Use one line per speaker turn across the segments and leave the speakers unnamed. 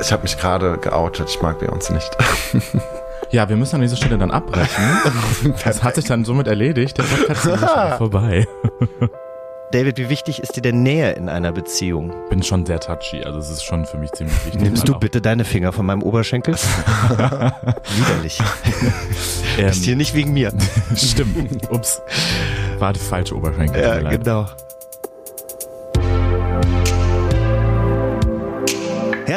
Ich habe mich gerade geoutet, ich mag Beyoncé nicht.
Ja, wir müssen an dieser Stelle dann abbrechen. das hat sich dann somit erledigt. Der Podcast ist schon vorbei.
David, wie wichtig ist dir denn Nähe in einer Beziehung?
Bin schon sehr touchy, also es ist schon für mich ziemlich wichtig.
Nimmst
Dann
du
auch-
bitte deine Finger von meinem Oberschenkel? Widerlich. Bist hier
Ähm,
nicht wegen mir.
stimmt. Ups. War die falsche Oberschenkel. tut
Ja,
mir leid.
genau.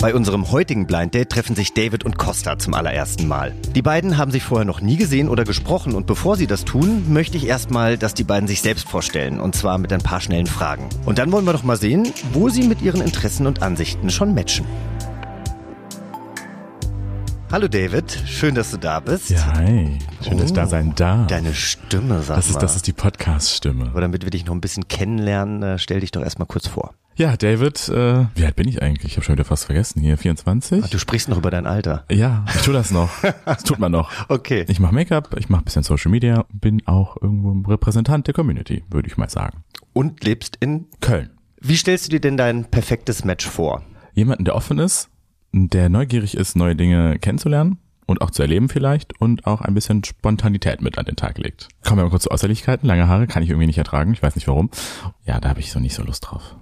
Bei unserem heutigen Blind Date treffen sich David und Costa zum allerersten Mal. Die beiden haben sich vorher noch nie gesehen oder gesprochen und bevor sie das tun, möchte ich erstmal, dass die beiden sich selbst vorstellen und zwar mit ein paar schnellen Fragen. Und dann wollen wir doch mal sehen, wo sie mit ihren Interessen und Ansichten schon matchen. Hallo David, schön, dass du da bist.
Ja, hi. Schön, dass ich
Oh.
da sein darf.
Deine Stimme, sag
Das ist,
mal.
das ist die Podcast-Stimme.
Aber damit wir dich noch ein bisschen kennenlernen, äh, stell dich doch erstmal kurz vor.
Ja, David, äh, wie alt bin ich eigentlich? Ich habe schon wieder fast vergessen. Hier, 24?
Ah, Du sprichst noch über dein Alter.
Ja, ich tu das noch. Das tut man noch.
Okay.
Ich mache Make-up, ich mache bisschen Social Media, bin auch irgendwo ein Repräsentant der Community, würde ich mal sagen.
Und lebst in
Köln.
Wie stellst du dir denn dein perfektes Match vor?
Jemanden, der offen ist, der neugierig ist, neue Dinge kennenzulernen und auch zu erleben vielleicht und auch ein bisschen Spontanität mit an den Tag legt. Kommen wir mal kurz zu Äußerlichkeiten. Lange Haare kann ich irgendwie nicht ertragen, ich weiß nicht warum. Ja, da habe ich so nicht so Lust drauf.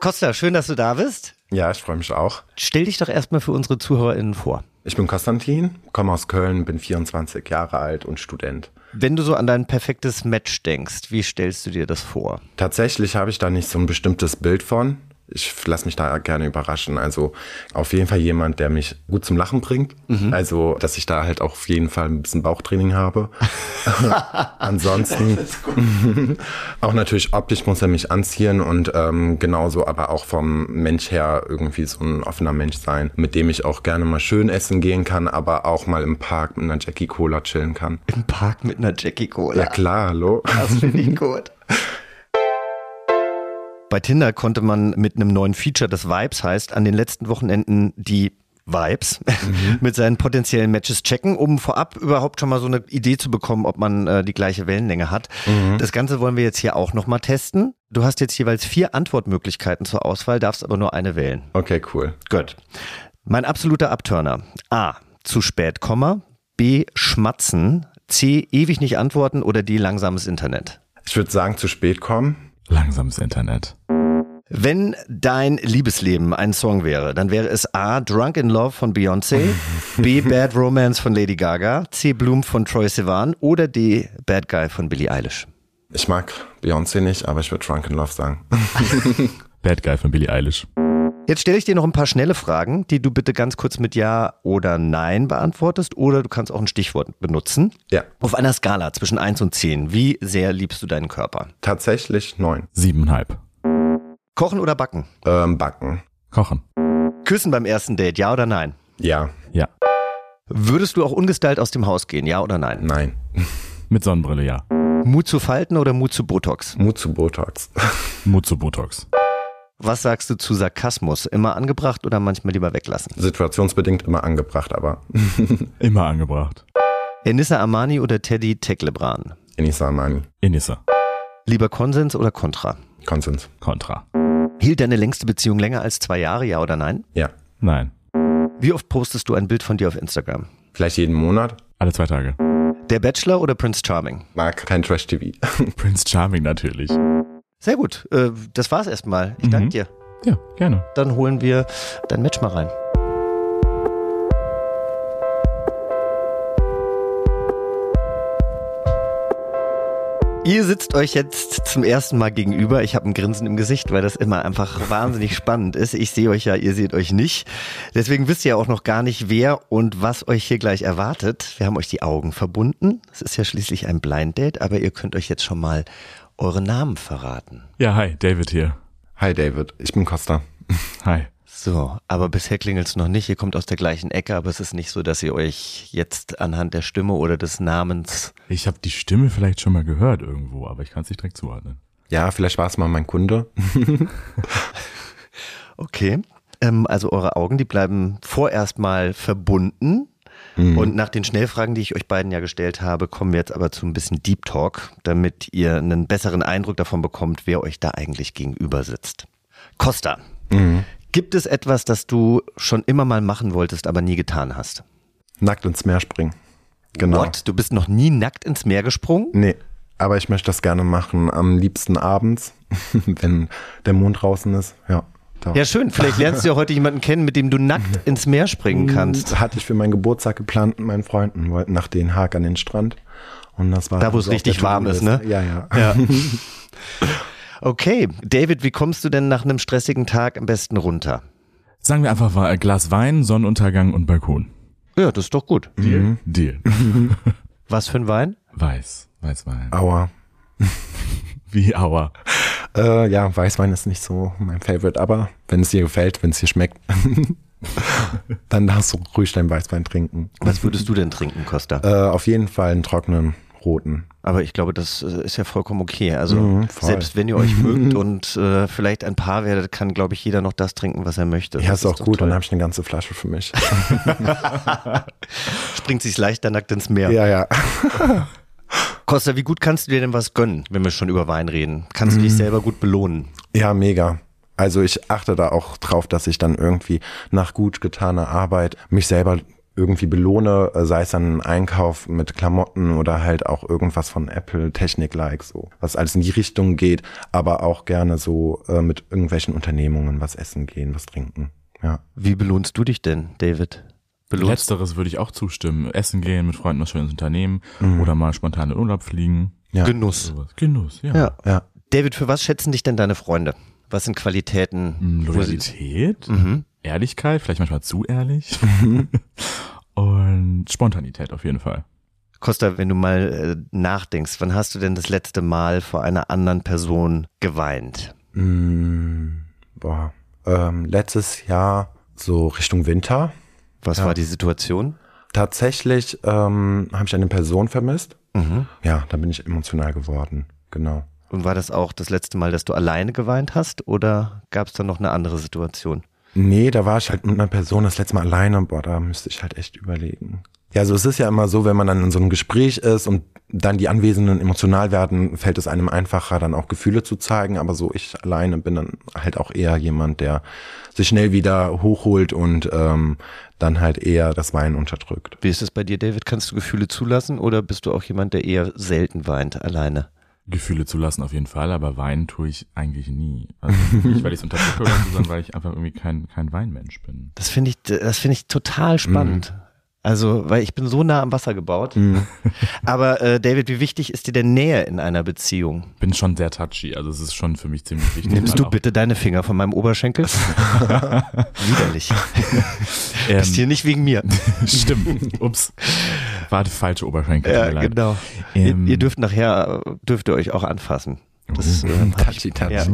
Costa, schön, dass du da bist.
ja, ich freue mich auch.
Stell dich doch erstmal für unsere ZuhörerInnen vor.
Ich bin Konstantin, komme aus Köln, bin 24 Jahre alt und Student.
Wenn du so an dein perfektes Match denkst, wie stellst du dir das vor?
Tatsächlich habe ich da nicht so ein bestimmtes Bild von. Ich lasse mich da gerne überraschen. Also auf jeden Fall jemand, der mich gut zum Lachen bringt. Also, dass ich da halt auch auf jeden Fall ein bisschen Bauchtraining habe. Ansonsten auch natürlich optisch muss er mich anziehen und ähm, genauso aber auch vom Mensch her irgendwie so ein offener Mensch sein, mit dem ich auch gerne mal schön essen gehen kann, aber auch mal im Park mit einer Jackie Cola chillen kann.
Im Park mit einer Jackie Cola.
Ja klar, hallo.
Das finde ich gut. Bei Tinder konnte man mit einem neuen Feature, das Vibes heißt, an den letzten Wochenenden die Vibes mit seinen potenziellen Matches checken, um vorab überhaupt schon mal so eine Idee zu bekommen, ob man äh, die gleiche Wellenlänge hat. Das Ganze wollen wir jetzt hier auch nochmal testen. Du hast jetzt jeweils vier Antwortmöglichkeiten zur Auswahl, darfst aber nur eine wählen.
Okay, cool.
Gut. Mein absoluter Abturner. A. Zu spät, Komma. B. Schmatzen. C. Ewig nicht antworten oder D. Langsames Internet.
Ich würde sagen, zu spät kommen.
Langsames Internet.
Wenn dein Liebesleben ein Song wäre, dann wäre es A. Drunk in Love von Beyoncé, B. Bad Romance von Lady Gaga, C. Bloom von Troy Sivan oder D. Bad Guy von Billie Eilish.
Ich mag Beyoncé nicht, aber ich würde Drunk in Love sagen.
Bad Guy von Billie Eilish.
Jetzt stelle ich dir noch ein paar schnelle Fragen, die du bitte ganz kurz mit Ja oder Nein beantwortest oder du kannst auch ein Stichwort benutzen.
Ja,
Auf einer Skala zwischen 1 und 10, wie sehr liebst du deinen Körper?
tatsächlich neun.
Siebeneinhalb.
Kochen oder backen?
Ähm, Backen.
Kochen.
Küssen beim ersten Date, ja oder nein?
Ja,
Ja.
Würdest du auch ungestylt aus dem Haus gehen, ja oder nein?
nein.
Mit Sonnenbrille, ja.
Mut zu Falten oder Mut zu Botox?
Mut zu Botox.
Mut zu Botox.
Was sagst du zu Sarkasmus? Immer angebracht oder manchmal lieber weglassen?
Situationsbedingt immer angebracht, aber
Immer angebracht.
Enissa Armani oder Teddy Teklebran?
Enisa Amani.
Inissa.
Lieber Konsens oder Kontra?
Konsens.
Contra.
Hielt deine längste Beziehung länger als zwei Jahre, ja oder nein?
Ja.
Nein.
Wie oft postest du ein Bild von dir auf Instagram?
Vielleicht jeden Monat.
Alle zwei Tage.
Der Bachelor oder Prince Charming?
Mag kein Trash-TV.
Prince Charming natürlich.
Sehr gut, äh, das war's erstmal. Ich danke dir.
Ja, gerne.
Dann holen wir dein Match mal rein. Ihr sitzt euch jetzt zum ersten Mal gegenüber. Ich habe ein Grinsen im Gesicht, weil das immer einfach wahnsinnig spannend ist. Ich sehe euch ja, ihr seht euch nicht. Deswegen wisst ihr ja auch noch gar nicht, wer und was euch hier gleich erwartet. Wir haben euch die Augen verbunden. Es ist ja schließlich ein Blind Date, aber ihr könnt euch jetzt schon mal eure Namen verraten.
Ja, hi, David hier.
Hi David, ich bin Costa.
Hi.
So, aber bisher klingelt es noch nicht. Ihr kommt aus der gleichen Ecke, aber es ist nicht so, dass ihr euch jetzt anhand der Stimme oder des Namens.
Ich habe die Stimme vielleicht schon mal gehört irgendwo, aber ich kann es nicht direkt zuordnen.
Ja, vielleicht war es mal mein Kunde.
Okay. Ähm, also eure Augen, die bleiben vorerst mal verbunden. Und nach den Schnellfragen, die ich euch beiden ja gestellt habe, kommen wir jetzt aber zu ein bisschen Deep Talk, damit ihr einen besseren Eindruck davon bekommt, wer euch da eigentlich gegenüber sitzt. Costa, gibt es etwas, das du schon immer mal machen wolltest, aber nie getan hast?
Nackt ins Meer springen. Genau.
What? Du bist noch nie nackt ins Meer gesprungen?
Nee, aber ich möchte das gerne machen. Am liebsten abends, wenn der Mond draußen ist. Ja. Da.
Ja, schön. Vielleicht lernst du ja heute jemanden kennen, mit dem du nackt ins Meer springen kannst.
Hatte ich für meinen Geburtstag geplant mit meinen Freunden, wollten nach Den Haag an den Strand. Und das war
Da, wo es
auf
richtig
der
warm ist, ne?
To-Do-List. Ja, ja.
Ja. Okay, David, wie kommst du denn nach einem stressigen Tag am besten runter?
Sagen wir einfach mal ein Glas Wein, Sonnenuntergang und Balkon.
Ja, das ist doch gut.
Deal? Deal.
Was für ein Wein?
Weiß. Weißwein.
Aua.
Wie Auer.
Äh, ja, Weißwein ist nicht so mein Favorite, aber wenn es dir gefällt, wenn es dir schmeckt, dann darfst du ruhig deinen Weißwein trinken.
Was würdest du denn trinken, Costa?
Äh, auf jeden Fall einen trockenen, roten.
Aber ich glaube, das äh, ist ja vollkommen okay. Also
Mhm, voll.
selbst wenn ihr euch mögt und äh, vielleicht ein Paar werdet, kann, glaube ich, jeder noch das trinken, was er möchte.
Ja,
Das
ist auch
doch
gut,
toll.
dann habe ich eine ganze Flasche für mich.
Springt sich leichter nackt ins Meer.
ja, ja.
Costa, wie gut kannst du dir denn was gönnen, wenn wir schon über Wein reden? Kannst du dich selber gut belohnen?
Ja, mega. Also ich achte da auch drauf, dass ich dann irgendwie nach gut getaner Arbeit mich selber irgendwie belohne, äh, sei es dann ein Einkauf mit Klamotten oder halt auch irgendwas von Apple, Technik-like, so, was alles in die Richtung geht, aber auch gerne so äh, mit irgendwelchen Unternehmungen was essen gehen, was trinken. Ja.
Wie belohnst du dich denn, David? Belohnst
Letzteres würde ich auch zustimmen. Essen gehen, mit Freunden was Schönes unternehmen oder mal spontan in Urlaub fliegen.
Ja.
Genuss.
Sowas. Genuss, ja.
Ja.
Ja.
David, für was schätzen dich denn deine Freunde? Was sind Qualitäten?
Hm,
wo sie-
Loyalität, Ehrlichkeit, vielleicht manchmal zu ehrlich. Und Spontanität auf jeden Fall.
Costa, wenn du mal äh, nachdenkst, wann hast du denn das letzte Mal vor einer anderen Person geweint?
Mm, boah. Ähm, letztes Jahr so Richtung Winter.
Was war die Situation?
Tatsächlich ähm, habe ich eine Person vermisst.
Mhm.
Ja, da bin ich emotional geworden. Genau.
Und war das auch das letzte Mal, dass du alleine geweint hast oder gab es da noch eine andere Situation?
Nee, da war ich halt mit einer Person das letzte Mal alleine. Boah, da müsste ich halt echt überlegen. Ja, also es ist ja immer so, wenn man dann in so einem Gespräch ist und dann die Anwesenden emotional werden, fällt es einem einfacher, dann auch Gefühle zu zeigen. Aber so ich alleine bin dann halt auch eher jemand, der sich schnell wieder hochholt und ähm, dann halt eher das Weinen unterdrückt.
Wie ist es bei dir, David? Kannst du Gefühle zulassen oder bist du auch jemand, der eher selten weint alleine?
Gefühle zulassen auf jeden Fall, aber weinen tue ich eigentlich nie. Also nicht, weil ich es unterdrücke oder so, sondern weil ich einfach irgendwie kein, kein Weinmensch bin.
Das finde ich, das finde ich total spannend. Also, weil ich bin so nah am Wasser gebaut. Aber äh, David, wie wichtig ist dir denn Nähe in einer Beziehung?
Bin schon sehr touchy, also es ist schon für mich ziemlich wichtig.
Nimmst
weil
du
auch-
bitte deine Finger von meinem Oberschenkel? Widerlich. Bist hier
Ähm,
nicht wegen mir.
stimmt. Ups. Warte, falsche Oberschenkel. tut
Ja,
mir leid.
genau.
Ähm,
ihr, ihr dürft nachher, äh, dürft ihr euch auch anfassen. Das ähm, hab ich, ja,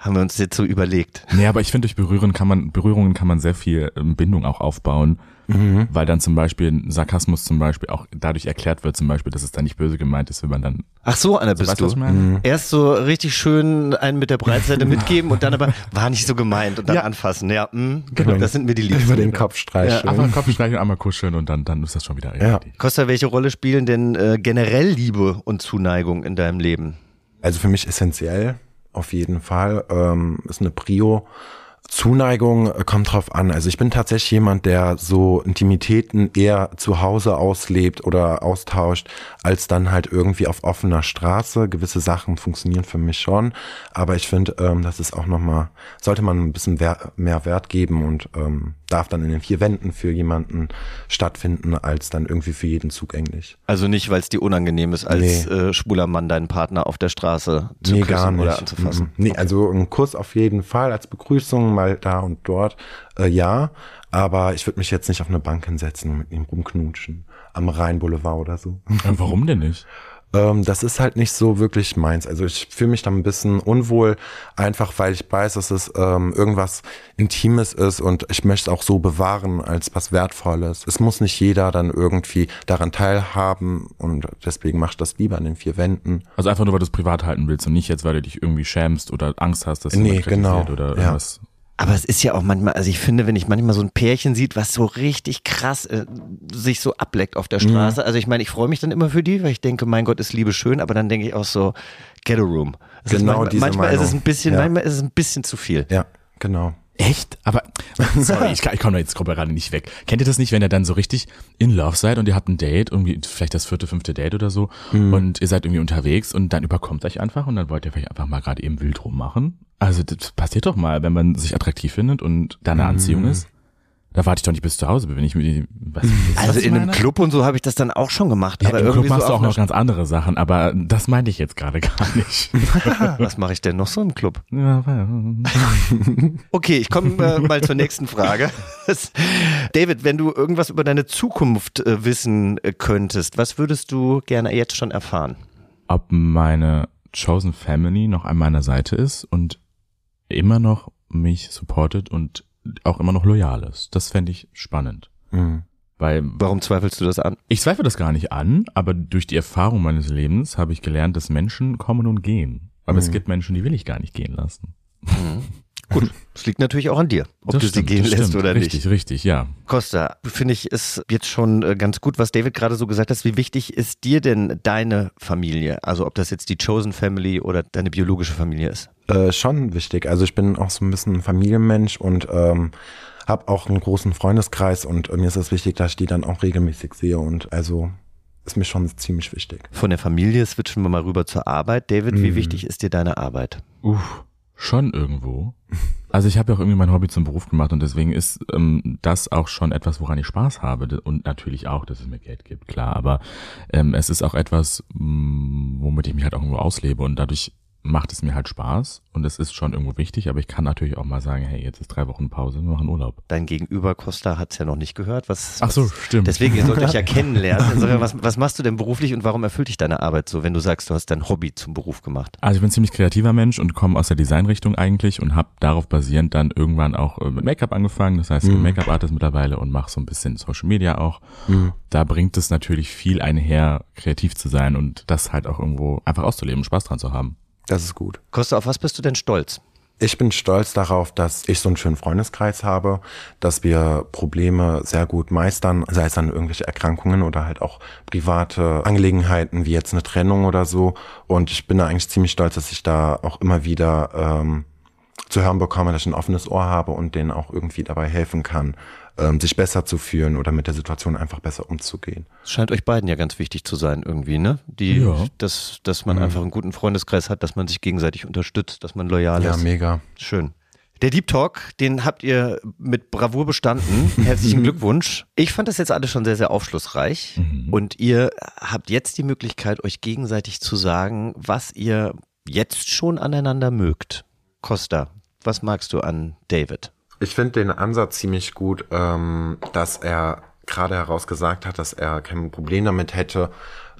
haben wir uns jetzt so überlegt.
Nee, aber ich finde, durch Berühren kann man, Berührungen kann man sehr viel ähm, Bindung auch aufbauen,
Mhm.
weil dann zum Beispiel Sarkasmus zum Beispiel auch dadurch erklärt wird, zum Beispiel, dass es dann nicht böse gemeint ist, wenn man dann,
Ach so, Anna,
so,
bist
weißt du, was ich
du.
meine?
Erst so richtig schön einen mit der Breitseite mitgeben und dann aber war nicht so gemeint und dann
Ja.
anfassen. Ja, mh,
Genau.
das sind mir die
Über
Liebsten.
den Kopf streicheln.
Einfach Kopf streicheln, einmal kuscheln und dann, dann ist das schon wieder
Ja.
richtig.
Costa, welche Rolle spielen denn äh, generell Liebe und Zuneigung in deinem Leben?
Also für mich essentiell, auf jeden Fall. Ähm, ist eine Prio. Zuneigung äh, kommt drauf an. Also ich bin tatsächlich jemand, der so Intimitäten eher zu Hause auslebt oder austauscht, als dann halt irgendwie auf offener Straße. Gewisse Sachen funktionieren für mich schon, aber ich finde, ähm, das ist auch nochmal, sollte man ein bisschen wer mehr Wert geben und ähm, darf dann in den vier Wänden für jemanden stattfinden, als dann irgendwie für jeden zugänglich.
Also nicht, weil es dir unangenehm ist, als
Nee.
äh, schwuler Mann deinen Partner auf der Straße zu
nee,
küssen
gar nicht.
oder anzufassen.
Mhm. Nee, also ein Kuss auf jeden Fall als Begrüßung, mal da und dort, äh, ja. Aber ich würde mich jetzt nicht auf eine Bank hinsetzen und mit ihm rumknutschen. Am Rhein Boulevard oder so.
Äh, Warum denn nicht?
ähm, das ist halt nicht so wirklich meins. Also ich fühle mich da ein bisschen unwohl, einfach weil ich weiß, dass es ähm, irgendwas Intimes ist und ich möchte es auch so bewahren als was Wertvolles. Es muss nicht jeder dann irgendwie daran teilhaben und deswegen mache ich das lieber an den vier Wänden.
Also einfach nur, weil du es privat halten willst und nicht jetzt, weil du dich irgendwie schämst oder Angst hast, dass jemand
Nee, genau,
kritisiert oder
ja.
irgendwas.
Aber es ist ja auch manchmal, also ich finde, wenn ich manchmal so ein Pärchen sieht, was so richtig krass äh, sich so ableckt auf der Straße. Also ich meine, ich freue mich dann immer für die, weil ich denke, mein Gott, ist Liebe schön, aber dann denke ich auch so, get a room. Es ist
Genau
manchmal,
diese
manchmal ist es ein
Meinung.
bisschen,
Ja.
manchmal ist es ein bisschen zu viel.
Ja, genau.
Echt? Aber, sorry, ich, kann- ich komme da jetzt gerade nicht weg. Kennt ihr das nicht, wenn ihr dann so richtig in Love seid und ihr habt ein Date, irgendwie vielleicht das vierte, fünfte Date oder so
Hm.
und ihr seid irgendwie unterwegs und dann überkommt euch einfach und dann wollt ihr vielleicht einfach mal gerade eben wild rummachen? Also das passiert doch mal, wenn man sich attraktiv findet und da eine
Hm.
Anziehung ist. Da warte ich doch nicht bis zu Hause, bin, wenn ich mir was, was
Also in einem
meine?
Club und so habe ich das dann auch schon gemacht.
Ja,
aber
im
irgendwie
Club machst
so
du auch
auf einer
noch ganz andere Sachen, aber das meinte ich jetzt gerade gar nicht.
Sch- Was mache ich denn noch so im Club?
Ja, weil-
Okay, ich komme äh, mal zur nächsten Frage. David, wenn du irgendwas über deine Zukunft äh, wissen äh, könntest, was würdest du gerne jetzt schon erfahren?
ob meine Chosen Family noch an meiner Seite ist und immer noch mich supportet und auch immer noch loyal ist. Das fände ich spannend.
Mhm.
Weil
Warum zweifelst du das an?
ich zweifle das gar nicht an, aber durch die Erfahrung meines Lebens habe ich gelernt, dass Menschen kommen und gehen. Aber
Mhm.
es gibt Menschen, die will ich gar nicht gehen lassen.
Gut, es liegt natürlich auch an dir, ob
Das
du
stimmt,
sie gehen
das
lässt
stimmt.
oder
richtig,
nicht.
Richtig, richtig, ja.
Costa, finde ich, ist jetzt schon äh, ganz gut, was David gerade so gesagt hat. Wie wichtig ist dir denn deine Familie? Also ob das jetzt die Chosen Family oder deine biologische Familie ist?
Äh, schon wichtig. Also ich bin auch so ein bisschen ein Familienmensch und ähm, habe auch einen großen Freundeskreis und äh, mir ist es wichtig, dass ich die dann auch regelmäßig sehe und also ist mir schon ziemlich wichtig.
Von der Familie switchen wir mal rüber zur Arbeit. David,
Mhm.
wie wichtig ist dir deine Arbeit?
Uff, schon irgendwo. Also ich habe ja auch irgendwie mein Hobby zum Beruf gemacht und deswegen ist ähm, das auch schon etwas, woran ich Spaß habe D- und natürlich auch, dass es mir Geld gibt, klar. Aber ähm, es ist auch etwas, mh, womit ich mich halt auch irgendwo auslebe und dadurch macht es mir halt Spaß und es ist schon irgendwo wichtig. Aber ich kann natürlich auch mal sagen, hey, jetzt ist drei Wochen Pause, wir machen Urlaub.
Dein Gegenüber Costa hat es ja noch nicht gehört. Was,
Ach so,
was-
stimmt.
Deswegen, ihr sollt euch ja kennenlernen. Insofern, was, was machst du denn beruflich und warum erfüllt dich deine Arbeit so, wenn du sagst, du hast dein Hobby zum Beruf gemacht?
Also ich bin ein ziemlich kreativer Mensch und komme aus der Designrichtung eigentlich und habe darauf basierend dann irgendwann auch äh, mit Make-up angefangen. Das heißt, ich bin Make-up-Artist mittlerweile und mache so ein bisschen Social Media auch. Da bringt es natürlich viel einher, kreativ zu sein und das halt auch irgendwo einfach auszuleben, Spaß dran zu haben.
Das ist gut.
Costa, auf was bist du denn stolz?
Ich bin stolz darauf, dass ich so einen schönen Freundeskreis habe, dass wir Probleme sehr gut meistern, sei es dann irgendwelche Erkrankungen oder halt auch private Angelegenheiten wie jetzt eine Trennung oder so. Und ich bin da eigentlich ziemlich stolz, dass ich da auch immer wieder ähm, zu hören bekomme, dass ich ein offenes Ohr habe und denen auch irgendwie dabei helfen kann, ähm, sich besser zu fühlen oder mit der Situation einfach besser umzugehen.
Es scheint euch beiden ja ganz wichtig zu sein irgendwie, ne? Die,
Ja. Mhm.
dass, dass man einfach einen guten Freundeskreis hat, dass man sich gegenseitig unterstützt, dass man loyal
Ja,
ist.
mega.
Schön. Der Deep Talk, den habt ihr mit Bravour bestanden. Herzlichen Glückwunsch. Ich fand das jetzt alles schon sehr, sehr aufschlussreich.
Mhm.
Und ihr habt jetzt die Möglichkeit, euch gegenseitig zu sagen, was ihr jetzt schon aneinander mögt. Costa, was magst du an David?
Ich finde den Ansatz ziemlich gut, ähm, dass er gerade heraus gesagt hat, dass er kein Problem damit hätte,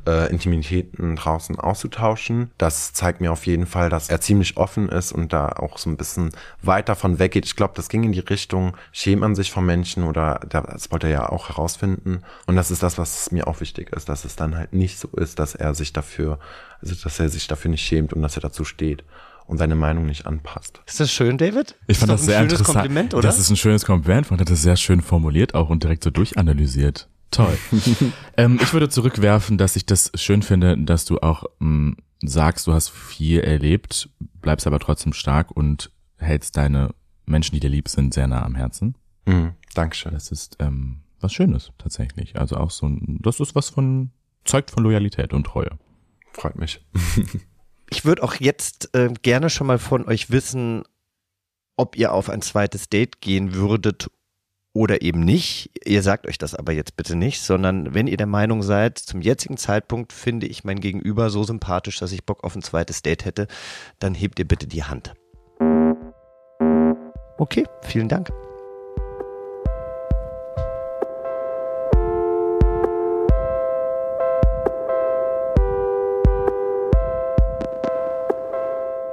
äh, Intimitäten draußen auszutauschen. Das zeigt mir auf jeden Fall, dass er ziemlich offen ist und da auch so ein bisschen weit davon weggeht. Ich glaube, das ging in die Richtung, schämt man sich von Menschen oder das wollte er ja auch herausfinden. Und das ist das, was mir auch wichtig ist, dass es dann halt nicht so ist, dass er sich dafür, also dass er sich dafür nicht schämt und dass er dazu steht und seine Meinung nicht anpasst.
Ist das schön, David?
Ich fand
Ist doch
das sehr
ein schönes
interessant.
Kompliment, oder?
Das ist ein schönes Kompliment. Ich fand das sehr schön formuliert auch und direkt so durchanalysiert. Toll. ähm, ich würde zurückwerfen, dass ich das schön finde, dass du auch ähm, sagst, du hast viel erlebt, bleibst aber trotzdem stark und hältst deine Menschen, die dir lieb sind, sehr nah am Herzen.
Mhm. Dankeschön.
Das ist ähm, was Schönes tatsächlich. Also auch so ein, das ist was von, zeugt von Loyalität und Treue.
Freut mich.
Ich würde auch jetzt äh, gerne schon mal von euch wissen, ob ihr auf ein zweites Date gehen würdet oder eben nicht. Ihr sagt euch das aber jetzt bitte nicht, sondern wenn ihr der Meinung seid, zum jetzigen Zeitpunkt finde ich mein Gegenüber so sympathisch, dass ich Bock auf ein zweites Date hätte, dann hebt ihr bitte die Hand. Okay, vielen Dank.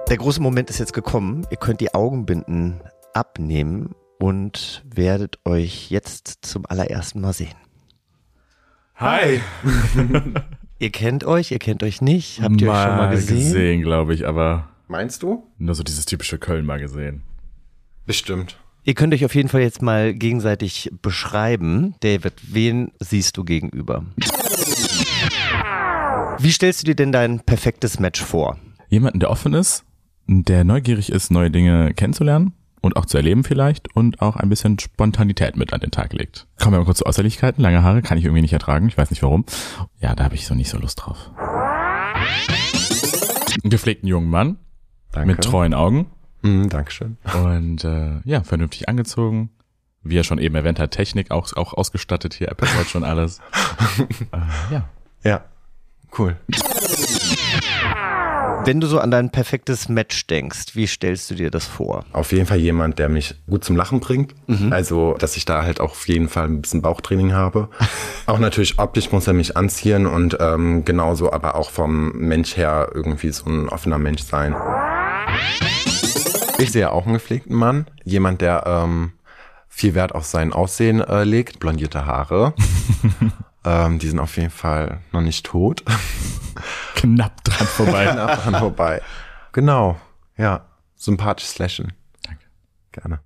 Der große Moment ist jetzt gekommen. Ihr könnt die Augenbinden abnehmen und werdet euch jetzt zum allerersten Mal sehen.
Hi!
Ihr kennt euch, ihr kennt euch nicht. Habt ihr euch schon mal gesehen?
gesehen glaube ich, aber
Meinst du?
nur so dieses typische Köln mal gesehen.
Bestimmt.
Ihr könnt euch auf jeden Fall jetzt mal gegenseitig beschreiben. David, wen siehst du gegenüber? Wie stellst du dir denn dein perfektes Match vor?
Jemanden, der offen ist, der neugierig ist, neue Dinge kennenzulernen und auch zu erleben vielleicht und auch ein bisschen Spontanität mit an den Tag legt. Kommen wir mal kurz zu Äußerlichkeiten. Lange Haare kann ich irgendwie nicht ertragen. Ich weiß nicht warum. Ja, da habe ich so nicht so Lust drauf. Einen gepflegten jungen Mann
Danke.
mit treuen Augen
Mhm, Dankeschön.
und äh, ja, vernünftig angezogen. Wie er schon eben erwähnt hat, Technik auch, auch ausgestattet hier, Apple Watch und alles. äh, ja.
Ja. Cool.
Wenn du so an dein perfektes Match denkst, wie stellst du dir das vor?
Auf jeden Fall jemand, der mich gut zum Lachen bringt. Also, dass ich da halt auch auf jeden Fall ein bisschen Bauchtraining habe. auch natürlich optisch muss er mich anziehen und ähm, genauso aber auch vom Mensch her irgendwie so ein offener Mensch sein. Ich sehe auch einen gepflegten Mann. Jemand, der ähm, viel Wert auf sein Aussehen äh, legt. Blondierte Haare. ähm, die sind auf jeden Fall noch nicht tot.
Knapp dran vorbei.
Nah dran vorbei. Genau. Ja. Sympathisches Lächeln.
Danke.
Gerne.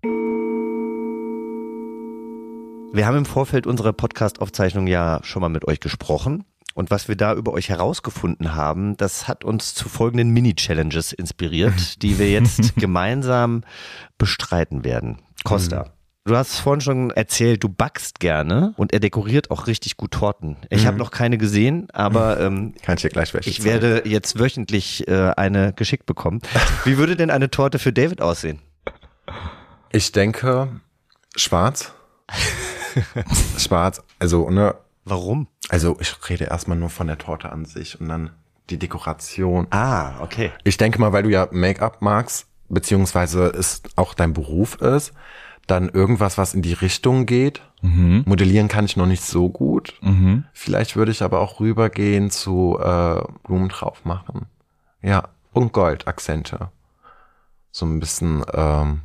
Wir haben im Vorfeld unserer Podcast-Aufzeichnung ja schon mal mit euch gesprochen. Und was wir da über euch herausgefunden haben, das hat uns zu folgenden Mini-Challenges inspiriert, die wir jetzt gemeinsam bestreiten werden. Costa. Du hast vorhin schon erzählt, du backst gerne und er dekoriert auch richtig gut Torten. Ich habe noch keine gesehen, aber ähm,
Kann ich dir gleich welche
ich
zeigen.
werde jetzt wöchentlich äh, eine geschickt bekommen. Wie würde denn eine Torte für David aussehen?
Ich denke, schwarz. schwarz. Also, ne,
Warum?
also ich rede erstmal nur von der Torte an sich und dann die Dekoration.
Ah, okay.
Ich denke mal, weil du ja Make-up magst, beziehungsweise es auch dein Beruf ist, dann irgendwas, was in die Richtung geht.
Mhm,
Modellieren kann ich noch nicht so gut. Vielleicht würde ich aber auch rübergehen zu äh, Blumen drauf machen. Ja, und Goldakzente. So ein bisschen, ähm,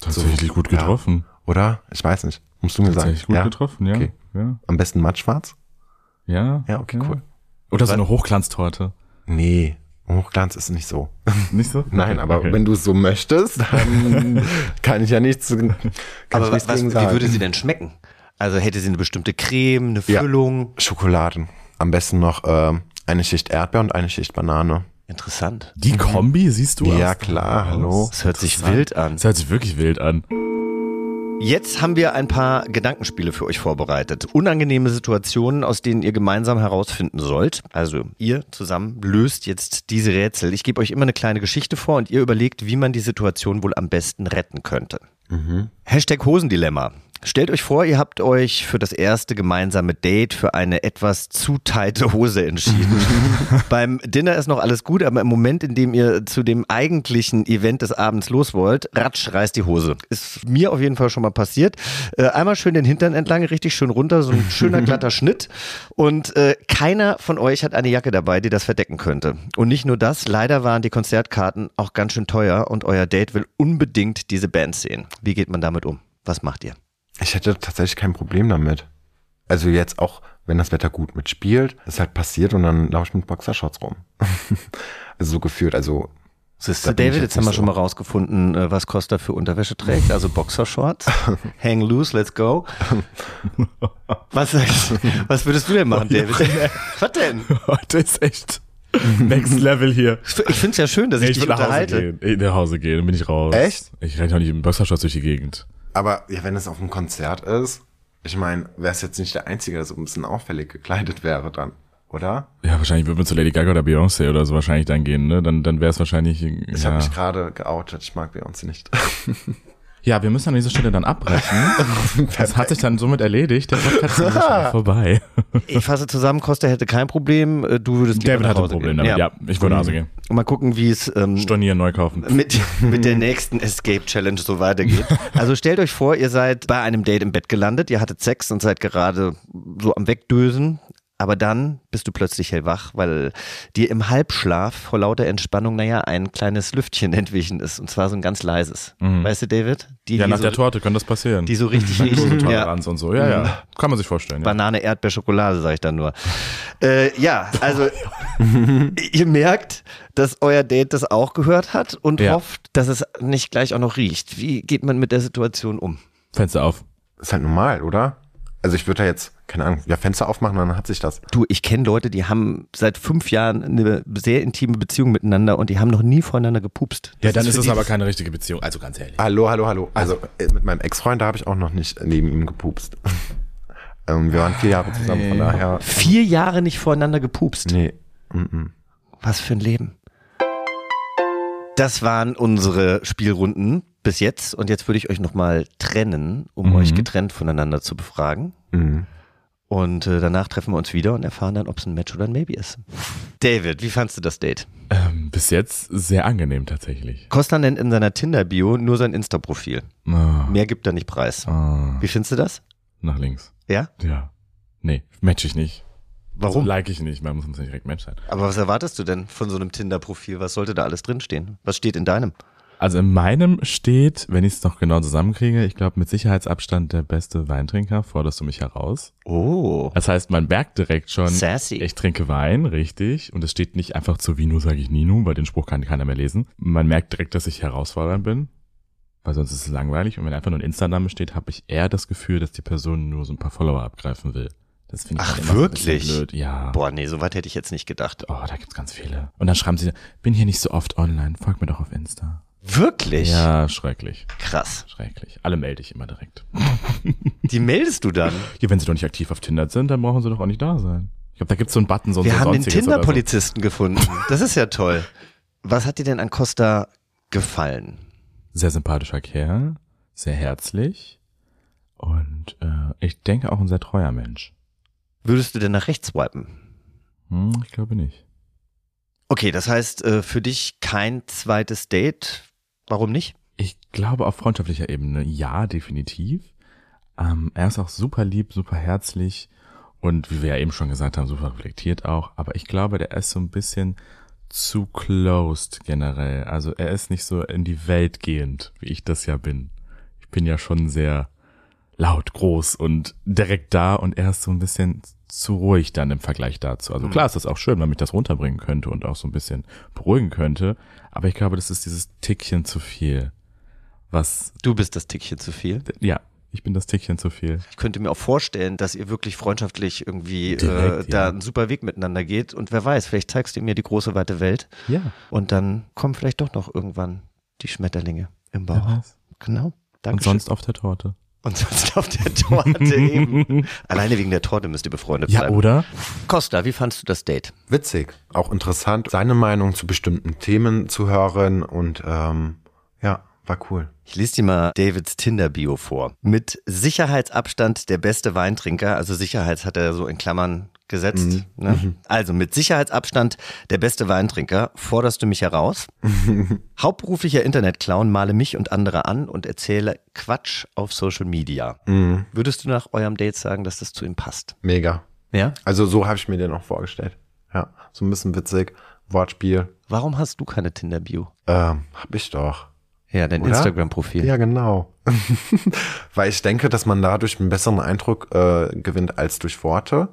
Tatsächlich gut
Ja.
getroffen.
oder? Ich weiß nicht. Musst du mir sagen.
Tatsächlich gut getroffen, ja.
Okay.
ja.
Am besten mattschwarz?
Ja.
Ja, okay, cool.
Oder so eine Hochglanztorte.
Nee, Hochglanz ist nicht so.
Nicht so?
Nein,
Okay,
aber
okay.
wenn du es so möchtest, dann kann ich ja nichts, kann ich
Aber
nichts
was, was,
gegen
wie
sagen.
würde sie denn schmecken? Also hätte sie eine bestimmte Creme, eine
Ja.
Füllung?
Schokoladen. Am besten noch ähm, eine Schicht Erdbeer und eine Schicht Banane.
Interessant.
Die Kombi siehst du?
Mhm. ja,
aus-
klar, hallo.
Das hört sich wild an.
Das hört sich wirklich wild an.
Jetzt haben wir ein paar Gedankenspiele für euch vorbereitet. Unangenehme Situationen, aus denen ihr gemeinsam herausfinden sollt. Also ihr zusammen löst jetzt diese Rätsel. Ich gebe euch immer eine kleine Geschichte vor und ihr überlegt, wie man die Situation wohl am besten retten könnte. Hashtag Hosendilemma. Stellt euch vor, ihr habt euch für das erste gemeinsame Date für eine etwas zu teite Hose entschieden. Beim Dinner ist noch alles gut, aber im Moment, in dem ihr zu dem eigentlichen Event des Abends los wollt, ratsch, reißt die Hose. Ist mir auf jeden Fall schon mal passiert. Äh, einmal schön den Hintern entlang, richtig schön runter, so ein schöner glatter Schnitt. Und äh, keiner von euch hat eine Jacke dabei, die das verdecken könnte. Und nicht nur das, leider waren die Konzertkarten auch ganz schön teuer und euer Date will unbedingt diese Band sehen. Wie geht man damit um? Was macht ihr?
Ich hätte tatsächlich kein Problem damit. Also jetzt auch, wenn das Wetter gut mitspielt, ist halt passiert und dann laufe ich mit Boxershorts rum. also so gefühlt, also
Sister
Da bin ich
David,
jetzt
jetzt haben wir
nicht
schon
so.
mal rausgefunden, äh, was Costa für Unterwäsche trägt, also Boxershorts. Hang loose, let's go. Was, sagst- was würdest du denn machen, David? was denn?
Heute ist echt Next Level hier.
Ich finde es ja schön, dass ich,
ich
dich
will nach Hause
unterhalte.
gehen. Ich nach Hause gehen, dann bin ich raus.
Echt?
Ich renne doch nicht im Boxershorts durch die Gegend.
Aber ja, wenn es auf einem Konzert ist, ich meine, wäre es jetzt nicht der Einzige, der so ein bisschen auffällig gekleidet wäre dann, oder?
Ja, wahrscheinlich würden wir zu Lady Gaga oder Beyoncé oder so wahrscheinlich dann gehen, ne? Dann, dann wäre es wahrscheinlich.
Ich
ja.
habe mich gerade geoutet, ich mag Beyoncé nicht.
ja, wir müssen an dieser Stelle dann abbrechen. das hat sich dann somit erledigt. Der Podcast ist nämlich schon wieder vorbei.
Ich fasse zusammen, Costa hätte kein Problem, äh, du würdest lieber
David
nach
hat ein
Hause
Problem
gehen.
damit. Ja, ich würde nach Hause gehen.
Und mal gucken, wie es ähm,
Stornieren, neu kaufen.
mit, mit der nächsten Escape Challenge so weitergeht. Also stellt euch vor, ihr seid bei einem Date im Bett gelandet, ihr hattet Sex und seid gerade so am Wegdösen. Aber dann bist du plötzlich hellwach, weil dir im Halbschlaf vor lauter Entspannung, naja, ein kleines Lüftchen entwichen ist. Und zwar so ein ganz leises. Weißt du, David? Die
Mhm. Ja,
hier
nach
so,
der Torte kann das passieren.
Die so richtig riechen. Ja.
Laktosetoleranz und so. Ja, Mhm. ja. Kann man sich vorstellen. Ja.
Banane, Erdbeer, Schokolade, sage ich dann nur. Äh, ja, also ihr merkt, dass euer Date das auch gehört hat und
Ja.
hofft, dass es nicht gleich auch noch riecht. Wie geht man mit der Situation um?
Fenster auf.
Ist halt normal, oder? Also ich würde da jetzt, keine Ahnung, ja, Fenster aufmachen, dann hat sich das.
Du, ich kenne Leute, die haben seit fünf Jahren eine sehr intime Beziehung miteinander und die haben noch nie voneinander gepupst.
Ja, dann ist
für
es
die-
aber keine richtige Beziehung. Also ganz ehrlich.
Hallo, hallo, hallo. Also äh, mit meinem Ex-Freund, da habe ich auch noch nicht neben ihm gepupst. ähm, wir waren vier Jahre zusammen, von daher.
Vier Jahre nicht voreinander gepupst.
Nee.
Was für ein Leben. Das waren unsere Spielrunden bis jetzt und jetzt würde ich euch nochmal trennen, um euch getrennt voneinander zu befragen.
Mhm.
Und äh, danach treffen wir uns wieder und erfahren dann, ob es ein Match oder ein Maybe ist. David, wie fandst du das Date?
Ähm, bis jetzt sehr angenehm tatsächlich.
Costa nennt in seiner Tinder-Bio nur sein Insta-Profil.
Ah,
Mehr gibt er nicht preis.
ah,
Wie findest du das?
nach links.
Ja?
Ja. Nee, match ich nicht.
Warum?
Also like ich nicht. Man muss uns nicht direkt match sein.
Aber was erwartest du denn von so einem Tinder-Profil? Was sollte da alles drinstehen? Was steht in deinem?
Also in meinem steht, wenn ich es noch genau zusammenkriege, ich glaube mit Sicherheitsabstand der beste Weintrinker, forderst du mich heraus.
Oh.
Das heißt, man merkt direkt schon,
Sassy.
ich trinke Wein, richtig. Und es steht nicht einfach zu Vino sage ich Nino, weil den Spruch kann keiner mehr lesen. Man merkt direkt, dass ich herausfordernd bin, weil sonst ist es langweilig. Und wenn einfach nur ein Insta-Name steht, habe ich eher das Gefühl, dass die Person nur so ein paar Follower abgreifen will. Das finde ich
Ach,
halt immer so ein bisschen
wirklich?
blöd. Ja.
Boah, nee, so weit hätte ich jetzt nicht gedacht.
Oh, da gibt's ganz viele. Und dann schreiben sie, bin hier nicht so oft online, folgt mir doch auf Insta.
Wirklich?
Ja, schrecklich.
Krass.
Schrecklich. Alle melde ich immer direkt.
Die meldest du dann.
Ja, wenn sie doch nicht aktiv auf Tinder sind, dann brauchen sie doch auch nicht da sein. Ich glaube, da gibt's so einen Button, so
Wir
so
haben den
Sonstiges oder so.
Tinder-Polizisten gefunden. Das ist ja toll. Was hat dir denn an Costa gefallen?
Sehr sympathischer Kerl, sehr herzlich und äh, ich denke auch ein sehr treuer Mensch.
Würdest du denn nach rechts swipen?
Hm, ich glaube nicht.
Okay, das heißt äh, für dich kein zweites Date. Warum nicht?
Ich glaube auf freundschaftlicher Ebene, ja, definitiv. Ähm, er ist auch super lieb, super herzlich und wie wir ja eben schon gesagt haben, super reflektiert auch. Aber ich glaube, der ist so ein bisschen zu closed generell. Also er ist nicht so in die Welt gehend, wie ich das ja bin. Ich bin ja schon sehr laut, groß und direkt da und er ist so ein bisschen zu ruhig dann im Vergleich dazu. Also klar ist das auch schön, wenn mich das runterbringen könnte und auch so ein bisschen beruhigen könnte. Aber ich glaube, das ist dieses Tickchen zu viel. Was,
Du bist das Tickchen zu viel.
ja, ich bin das Tickchen zu viel.
Ich könnte mir auch vorstellen, dass ihr wirklich freundschaftlich irgendwie äh,
Direkt,
da
ja.
einen super Weg miteinander geht. Und wer weiß, vielleicht zeigst du mir die große weite Welt.
Ja.
Und dann kommen vielleicht doch noch irgendwann die Schmetterlinge im Bauch.
Wer weiß.
Genau.
Und
Dankeschön.
sonst auf der Torte.
Und sonst auf der Torte eben. Alleine wegen der Torte müsst ihr befreundet
Ja,
bleiben.
oder?
Costa, wie fandst du das Date?
Witzig. Auch interessant, seine Meinung zu bestimmten Themen zu hören und ähm, ja, war cool.
Ich lese dir mal Davids Tinder-Bio vor. Mit Sicherheitsabstand der beste Weintrinker, also Sicherheits hat er so in Klammern
Mhm.
gesetzt. Ne? Also mit Sicherheitsabstand der beste Weintrinker forderst du mich heraus. Hauptberuflicher Internetclown male mich und andere an und erzähle Quatsch auf Social Media.
Mhm.
Würdest du nach eurem Date sagen, dass das zu ihm passt?
Mega.
Ja.
Also so habe ich mir den auch vorgestellt. Ja, so ein bisschen witzig. Wortspiel.
Warum hast du keine Tinder-Bio?
Ähm, hab ich doch.
Ja, dein
Oder?
Instagram-Profil.
Ja, genau. Weil ich denke, dass man dadurch einen besseren Eindruck äh, gewinnt als durch Worte.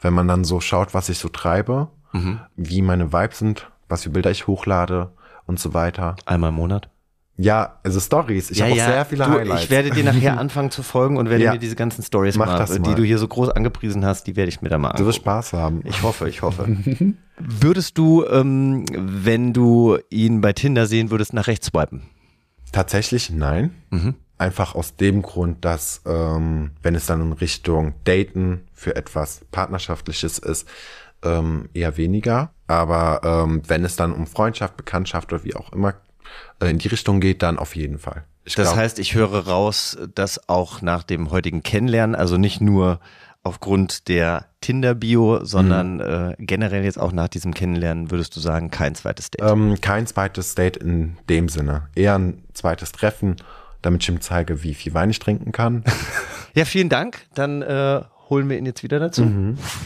Wenn man dann so schaut, was ich so treibe,
Mhm.
wie meine Vibes sind, was für Bilder ich hochlade und so weiter.
Einmal im Monat.
Ja, also Stories. Ich hab habe auch sehr viele
du,
Highlights.
Ich werde dir nachher anfangen zu folgen und werde
Ja.
mir diese ganzen Stories
Mach
mal,
das
die
mal.
du hier so groß angepriesen hast, die werde ich mir da mal
du wirst
angucken.
Spaß haben.
Ich hoffe, ich hoffe. würdest du, ähm, wenn du ihn bei Tinder sehen würdest, nach rechts swipen?
Tatsächlich nein.
Mhm.
Einfach aus dem Grund, dass ähm, wenn es dann in Richtung Daten für etwas Partnerschaftliches ist, ähm, eher weniger. Aber ähm, wenn es dann um Freundschaft, Bekanntschaft oder wie auch immer äh, in die Richtung geht, dann auf jeden Fall. Ich
Das
glaub,
heißt, ich höre raus, dass auch nach dem heutigen Kennenlernen, also nicht nur aufgrund der Tinder-Bio,
Mhm.
sondern äh, generell jetzt auch nach diesem Kennenlernen, würdest du sagen, kein zweites Date.
ähm, kein zweites Date in dem Sinne. Eher ein zweites Treffen, damit ich ihm zeige, wie viel Wein ich trinken kann.
Ja, vielen Dank. Dann äh, holen wir ihn jetzt wieder dazu.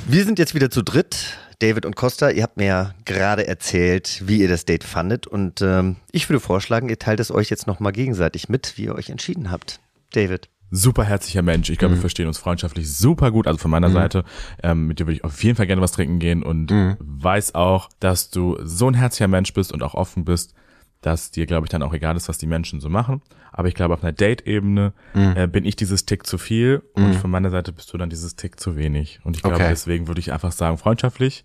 Wir sind jetzt wieder zu dritt. David und Costa, ihr habt mir ja gerade erzählt, wie ihr das Date fandet. Und ähm, ich würde vorschlagen, ihr teilt es euch jetzt nochmal gegenseitig mit, wie ihr euch entschieden habt. David.
Super herzlicher Mensch. Ich glaube, wir verstehen uns freundschaftlich super gut. Also von meiner Seite, ähm, mit dir würde ich auf jeden Fall gerne was trinken gehen und weiß auch, dass du so ein herzlicher Mensch bist und auch offen bist, dass dir, glaube ich, dann auch egal ist, was die Menschen so machen. Aber ich glaube, auf einer Date-Ebene äh, bin ich dieses Tick zu viel und von meiner Seite bist du dann dieses Tick zu wenig. Und ich glaube,
Okay.
deswegen würde ich einfach sagen, freundschaftlich.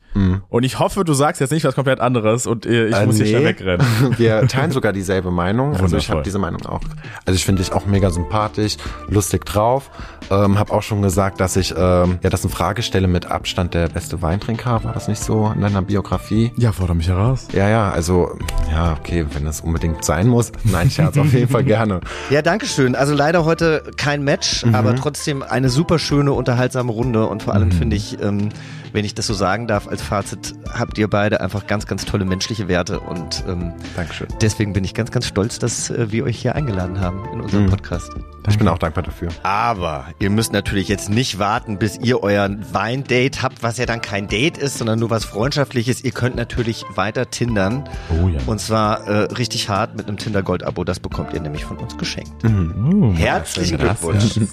Und ich hoffe, du sagst jetzt nicht was komplett anderes und Mhm. äh, ich
Äh,
muss hier
nee.
schnell wegrennen.
Wir teilen sogar dieselbe Meinung. Also ich
Wundervoll.
habe diese Meinung auch. Also ich finde dich auch mega sympathisch, lustig drauf. Ähm, habe auch schon gesagt, dass ich ähm, ja das in Frage stelle mit Abstand der beste Weintrinker. War das nicht so in deiner Biografie?
Ja, fordere mich heraus.
Ja, ja, also, ja, okay, wenn das unbedingt sein muss. Nein, Scherz, auf jeden Fall gerne.
Ja, danke schön. Also leider heute kein Match, aber trotzdem eine super schöne, unterhaltsame Runde. Und vor allem finde ich, ähm, wenn ich das so sagen darf, als Fazit habt ihr beide einfach ganz, ganz tolle menschliche Werte. Und ähm,
Dankeschön.
deswegen bin ich ganz, ganz stolz, dass äh, wir euch hier eingeladen haben in unserem Podcast.
Ich bin auch dankbar dafür.
Aber ihr müsst natürlich jetzt nicht warten, bis ihr euer Weindate habt, was ja dann kein Date ist, sondern nur was Freundschaftliches. Ihr könnt natürlich weiter tindern.
Oh ja.
Und zwar äh, richtig hart mit einem Tinder-Gold-Abo. Das bekommt ihr nämlich von uns geschenkt.
Uh,
Herzlichen
krass,
Glückwunsch.
ja.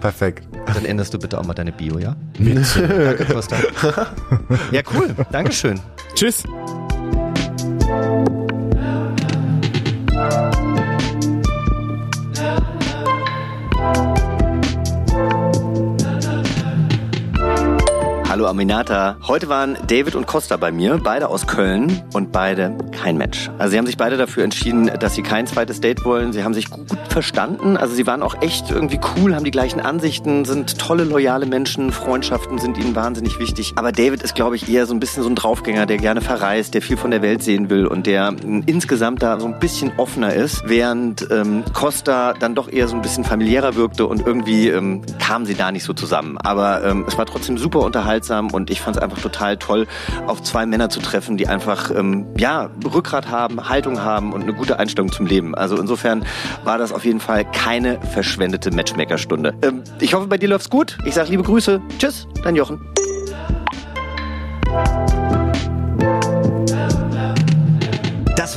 Perfekt.
Dann änderst du bitte auch mal deine Bio, ja? Danke, Costa. Ja, cool. Dankeschön.
Tschüss.
Hallo Aminata. Heute waren David und Costa bei mir, beide aus Köln und beide kein Match. Also sie haben sich beide dafür entschieden, dass sie kein zweites Date wollen. Sie haben sich gut verstanden. Also sie waren auch echt irgendwie cool, haben die gleichen Ansichten, sind tolle, loyale Menschen, Freundschaften sind ihnen wahnsinnig wichtig. Aber David ist, glaube ich, eher so ein bisschen so ein Draufgänger, der gerne verreist, der viel von der Welt sehen will und der mh, insgesamt da so ein bisschen offener ist, während ähm, Costa dann doch eher so ein bisschen familiärer wirkte und irgendwie ähm, kamen sie da nicht so zusammen. Aber ähm, es war trotzdem super unterhaltsam und ich fand es einfach total toll, auf zwei Männer zu treffen, die einfach ähm, ja Rückgrat haben, Haltung haben und eine gute Einstellung zum Leben. Also insofern war das auf jeden Fall keine verschwendete Matchmaker-Stunde. Ähm, ich hoffe, bei dir läuft's gut. Ich sage liebe Grüße. Tschüss, dein Jochen. Das